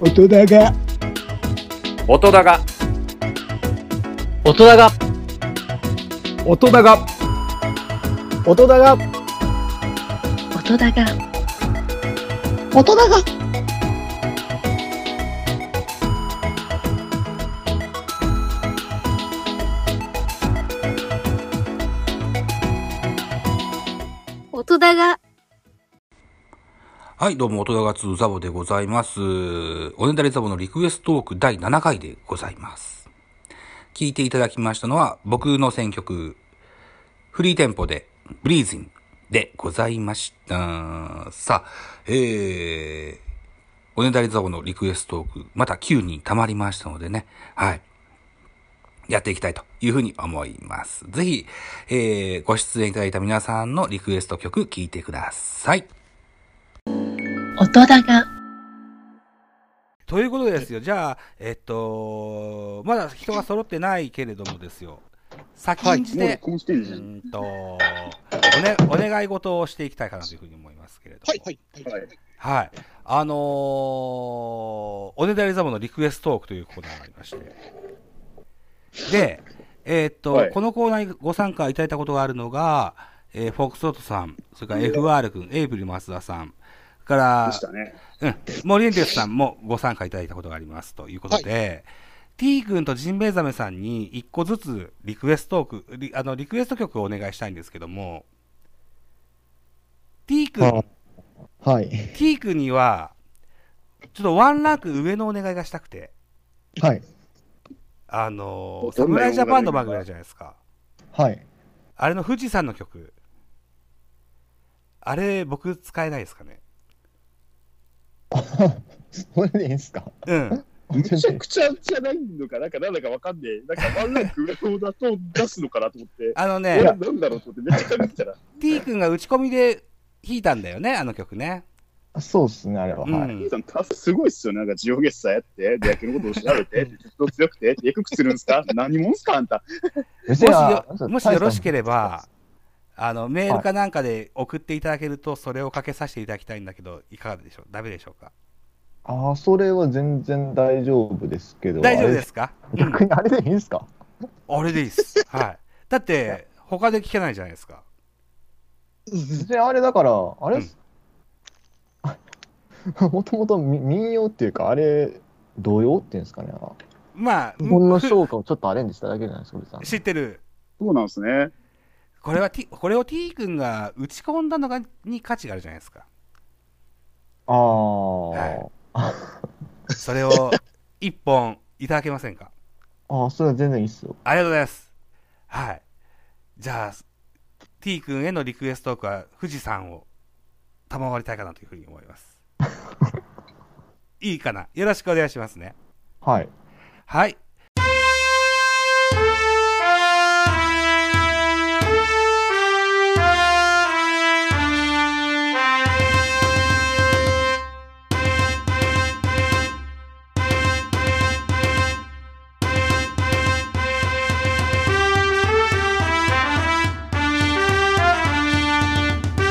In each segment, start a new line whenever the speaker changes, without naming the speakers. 大人が
音だが
大人が
音だが
音だが
音だが
大人が
音だが
はい、どうも、音がつザボでございます。おねだりザボのリクエストトーク第7回でございます。聞いていただきましたのは、僕の選曲、フリーテンポで、ブリーズインでございました。さあ、えー、おねだりザボのリクエストトーク、また9に溜まりましたのでね、はい。やっていきたいというふうに思います。ぜひ、えー、ご出演いただいた皆さんのリクエスト曲聞いてください。
音だが
ということですよ。じゃあ、えっと、まだ人が揃ってないけれどもですよ。先んじて、
婚して
うーんとお、ね、お願い事をしていきたいかなというふうに思いますけれども。
はいはいはい
はい。あのー、おねだりざまのリクエストトークというコーナーがありまして。で、えーっと、
はい
このコーナーにご参加いただいたことがあるのが、えーフォークソートさん、それから FR 君、エイブリマスダさん、それから、
ね。
うん、モリエンテスさんもご参加いただいたことがありますということで、T 君とジンベエザメさんに一個ずつリクエストトークリあのリクエスト曲をお願いしたいんですけども T 君
はあはい。
T 君には、ちょっとワンランク上のお願いがしたくて、
はい。
あのー、
どんな
侍ジャパンの番組あるじゃないですか。
はい。
あれの富士山の曲。あれ、僕使えないですかね。
これでいいんすか
うん。
むちゃくちゃじゃないのか、なんかなんだかわかんねえ。なんかワンランク上のだと出すのかなと思って。
あの
俺
ね、
なんだろうと思ってめっちゃ見てたら。
T 君が打ち込みで弾いたんだよね、あの曲ね。
あそうっすね、あれは。
う
はい。
兄
ん。
さん、たすごいっすよ。なんか、上下さやって、で、野球のことを調べて、ずっと強くて、で、よくするんすか何もんすかあんた。
も
もしよもしよろしければ、、あの、メールかなんかで送っていただけると、それをかけさせていただきたいんだけど、いかがでしょうダメでしょうか
ああ、それは全然大丈夫ですけど。
大丈夫ですか
あれ。逆にあれでいいんすか
あれでいいっす。 はい。だって、他で聞けないじゃないですか。
別にあれだから、あれ、
う
もともとみ民謡っていうか、あれ、童謡っていうんですかね。
まあ、
日本の
ふ
昇華をちょっとアレンジしただけじゃないですか、 別に
知ってる。
そうなんすね。
これは T、これを T 君が打ち込んだのが、に価値があるじゃないですか。
ああ、
はいそれを、一本、いただけませんか
ああ、それは全然いいっすよ。
ありがとうございます。はい。じゃあ、T 君へのリクエストトークは、富士山を、賜りたいかなというふうに思います。いいかなよろしくお願いしますね。
はい。
はい。
「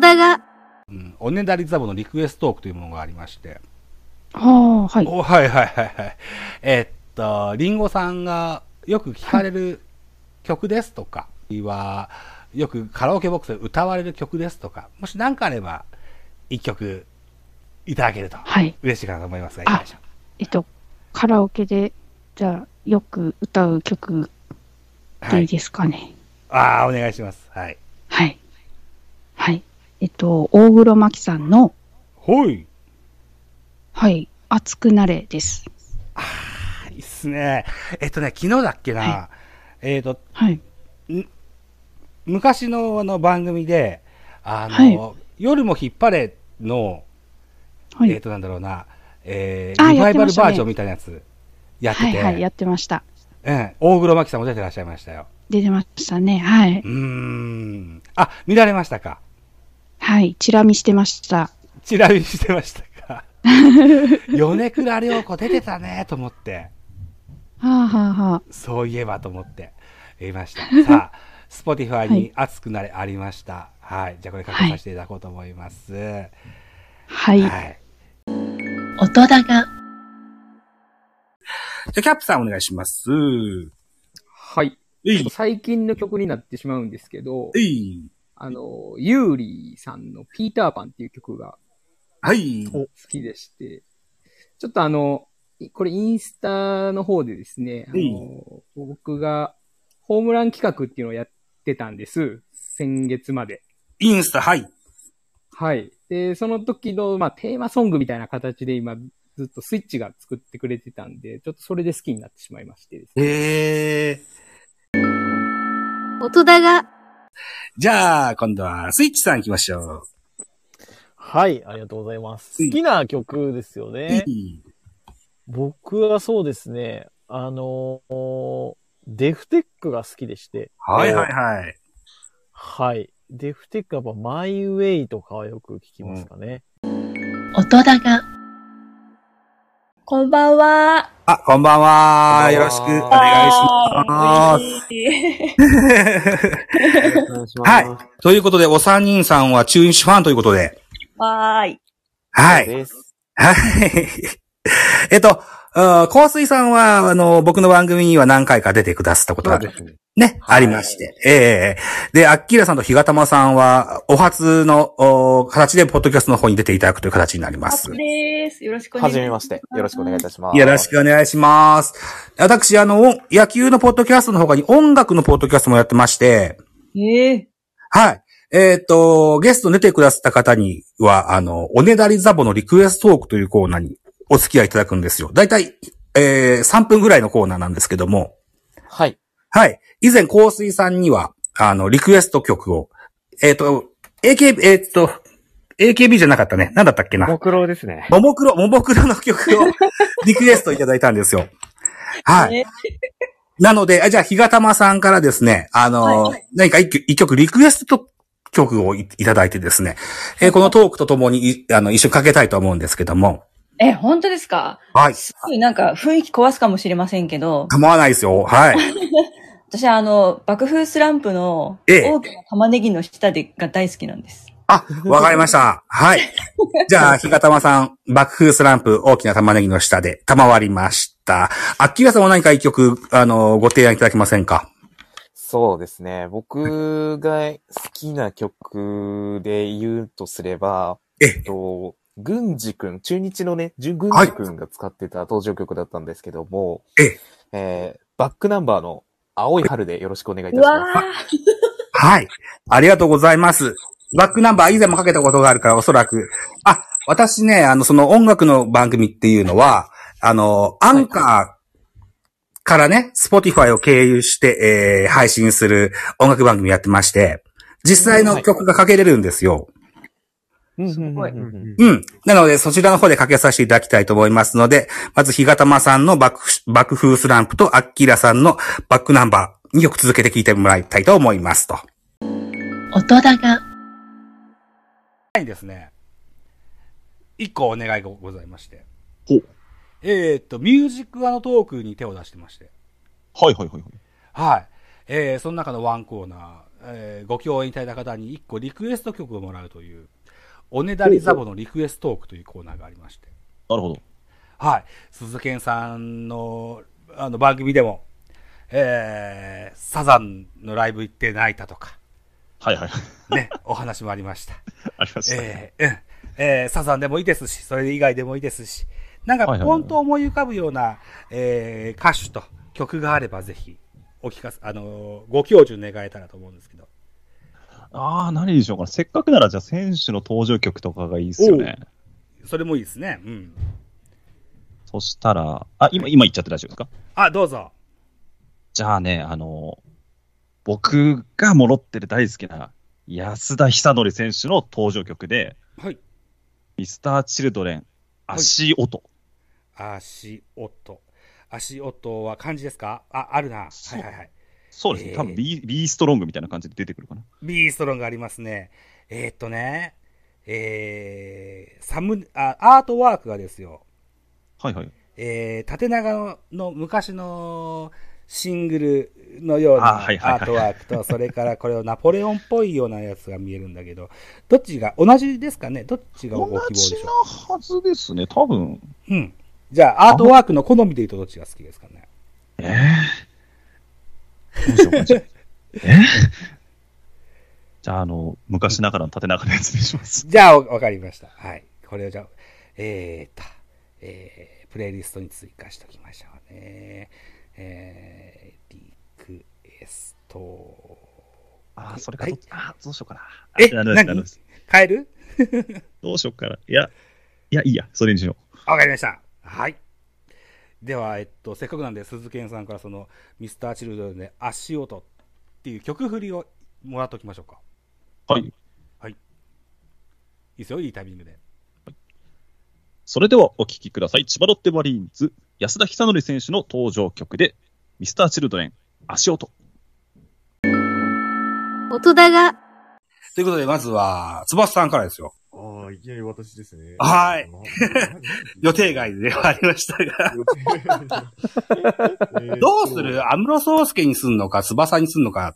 だが、
うん、おねだりザボのリクエストトークというものがありまして、
はあ、はい。
おはいはいはいはい。えっと、リンゴさんがよく聞かれる曲ですとか、はよくカラオケボックスで歌われる曲ですとか、もし何かあれば、一曲いただけると
はい。
嬉しいかなと思いますが、い
あ
かがでしょう
えっと、カラオケで、じゃあ、よく歌う曲
は
でいい
い。
ですかね。
ああ、お願いします。はい。
はい。はい。えっと、大黒摩季さんの、
ほい。
はい、熱くなれです。
いいっすね。えっとね、昨日だっけな、
は
えっと、
はい。
昔のあの番組で、あの、
は
夜も引っ張れの、
はい。
えっ、と、なんだろうな、え
あ
ー、リバイ
やって
バ
ま
ル
したね
バージョンみたいなやつ、やって
は
て、
いはい、やってました。
うん、大黒摩季さんも出てらっしゃいましたよ。。
出てましたね。はいう
ーん。あ、見られましたか
はい。チラ見してました。
チラ見してました か米倉涼子出てたね、と思って、
はあはあはあ。
そういえばと思って、言いました。さあ、 スポティファイに熱くなれありました。はい。じゃあこれ確認させていただこうと思います。は。
はいい。
音だが、
じゃあ、キャップさんお願いします。
はい。
え
ちょっ
い
と、最近の曲になってしまうんですけど
え、い、
あの、ユーリーさんのピーターパンっていう曲が
はい。
好きでして、ちょっとあの、いこれインスタの方でですね、あ
う
の僕がホームラン企画っていうのをやってたんです。先月まで。
インスタ、はい。
はい。で、その時の、まあ、テーマソングみたいな形で今、ずっとスイッチが作ってくれてたんで、ちょっとそれで好きになってしまいましてですね。
えー。
音だが、
じゃあ、今度はスイッチさん行きましょ
はい、ありがとうございます。
うん
好きな曲ですよ
う。
ね
う。ん
僕はそうですね、あのーデフテックが好きでして、
はいはいはい。
はい。デフテックはやっぱマイウェイとかはよく聞きますかね。
音だが、
こんばんは。
あ、こんばんは。よろしくお願いします。
す。
お願いし
ますはい。ということで、お三人さんは中日ファンということで。
わーい。
はい。
です。
はい。えっと、あー香水さんは、あの、僕の番組には何回か出てくださったことが
すね。
ね、ありまして。ええで、アッキーラさんとヒガタマさんは、お初の、お形で、ポッドキャストの方に出ていただくという形になりま
あ
す
つ。です。よろしくお願
はいじ
し
めま
ます。
して。よろしくお願いいたします。
よろしくお願いします。私、あの、お野球のポッドキャストの他に音楽のポッドキャストもやってまして、
ええ
はい。えっ、と、ゲストに出てくださった方には、あの、おねだりザボのリクエストトークというコーナーにお付き合いいただくんですよ。だいたい、えー、3分ぐらいのコーナーなんですけども、
はい。
はい。以前、香水さんには、あの、リクエスト曲を、えっ、と、AKB、えっ、と、AKB じゃなかったね。なんだったっけな。
木郎ですね。
ももクロ、ももクロの曲 をリクエストいただいたんですよ。はい。
ね
なので、あじゃあ、ひがたまさんからですね、あのー
はいは
何か一曲一曲リクエスト曲をいいただいてですね、えーこのトークとともにいあの一緒にかけたいと思うんですけども。
え、本当ですか
はい。
すごいなんか雰囲気壊すかもしれませんけど、
構わないですよ。はい。
私あの、爆風スランプの
ええ
大きな玉ねぎの下でが大好きなんです。
あ、わかりました。はい。じ ゃあ、ひがたまさん、爆風スランプ、大きな玉ねぎの下で、賜りました。あっきらさんは何か一曲、あのーご提案いただけませんか
そうですね。僕が好きな曲で言うとすれば、
ええ
っと、軍司くん、中日のね、じゅ軍司くんが使ってた登場曲だったんですけども、
ええ
えーバックナンバーの青い春でよろしくお願いいうたします。
わ
はい。ありがとうございます。バックナンバー以前もかけたことがあるから、おそらく。あ、私ね、あの、その音楽の番組っていうのは、あの、アンカーからね、スポティファイを経由して、えー、配信する音楽番組やってまして、実際の曲がかけれるんですよ。
うんうん
ごい
うんうんうん
うん。なので、そちらの方でかけさせていただきたいと思いますので、まず、ひがたまさんの爆爆風スランプと、アッキーラさんのバックナンバー、よく続けて聴いてもらいたいと思いますと。
音だが、
はいですね。
一個お願いがございまして。
えーっと、ミュージックアのトークに手を出してまして。
はいはいはいはい。
はい。えー、その中のワンコーナー、えーご共演いただいた方に1個リクエスト曲をもらうという、おねだりザボのリクエストトークというコーナーがありまして。
なるほど。
はい。鈴賢さんの、あの、番組でも、えー、サザンのライブ行って泣いたとか。
はいはい。
ね、お話もありました。
ありました
えーうんえーサザンでもいいですし、それ以外でもいいですし、なんか
はいはい
ポンと思い浮かぶような、えー歌手と曲があればぜひ、お聞かせ、あのーご教授願えたらと思うんですけど。
ああ、何にしようかな。せっかくなら、じゃあ、選手の登場曲とかがいいっすよね。
それもいいですね。うん。
そしたら、あ、今、今言っちゃって大丈夫ですか
あ、どうぞ。
じゃあね、あの、僕がもろってる大好きな安田久典選手の登場曲で、
はい。
ミスター・チルド レン、足音。
足音。足音は漢字ですかあ、あるな。はいはいはい。
そうですね。
えー
多分 B、B ストロングみたいな感じで出てくるかな。
B ストロンがありますね。えーっとね、えー、サム、あ、アートワークがですよ。
はいはい。
えー縦長の昔のシングルのような
あ
ア
はいはいはい
ートワークと、それからこれをナポレオンっぽいようなやつが見えるんだけど、どっちが、同じですかねどっちがご希望でしょう
はずですね、多分。
うん。じゃあ、アートワークの好みで言うとどっちが好きですかね
どうしようかじゃあえ じゃあ、あの、昔ながらの縦長のやつにします。
じゃあ、わかりました。はい。これをじゃあ、えーっと、えー、プレイリストに追加しておきましょうね。えー、リクエスト。
あー、それかどっち、あー、どうしようかな。
え、
あなるほどなるほ
何変える
どうしようかな。いや、いや、いいや、それにしよう。
わかりました。はい。では、えっと、せっかくなんで、鈴賢さんからその、ミスターチルドレンで足音っていう曲振りをもらっておきましょうか。
はい。
はい。いいですよ、いいタイミングで。
それではお聴きください。千葉ロッテマリーンズ、安田久典選手の登場曲で、ミスターチルドレン、足音。
音だが、
ということで、まずは、つばさんからですよ。
ああ、いきなり私ですね。
はい。 予定外ではありましたが。 どうする安室宗介にすんのか、翼にすんのか。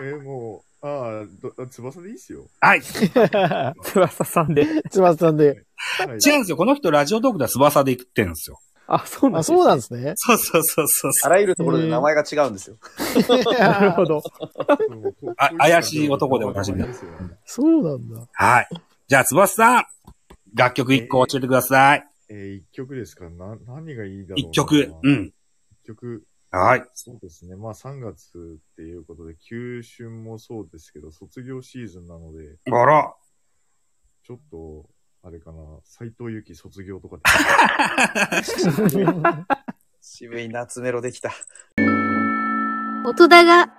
えーもう、ああど、翼でいいっすよ。
はい。
翼さんで。
翼さんで。
違うんですよ。この人、ラジオトークでは翼で言ってるんですよ。
あ、そう
なんそうなんですね。
そうそうそうそう。
あらゆるところで名前が違うんですよ。
なるほど。
あ怪しい男でおなじみだ。
そうなんだ。
はい。じゃあ、つばさん、楽曲1個教えてください。
えー、一曲ですかな、何がいいだろうな。
1曲。うん。
一曲。
はい。
そうですね。まあ3月っていうことで、休春もそうですけど、卒業シーズンなので。
あら。
ちょっと、あれかな、斎藤由貴卒 業とかで。
渋い夏メロできた。
音だが、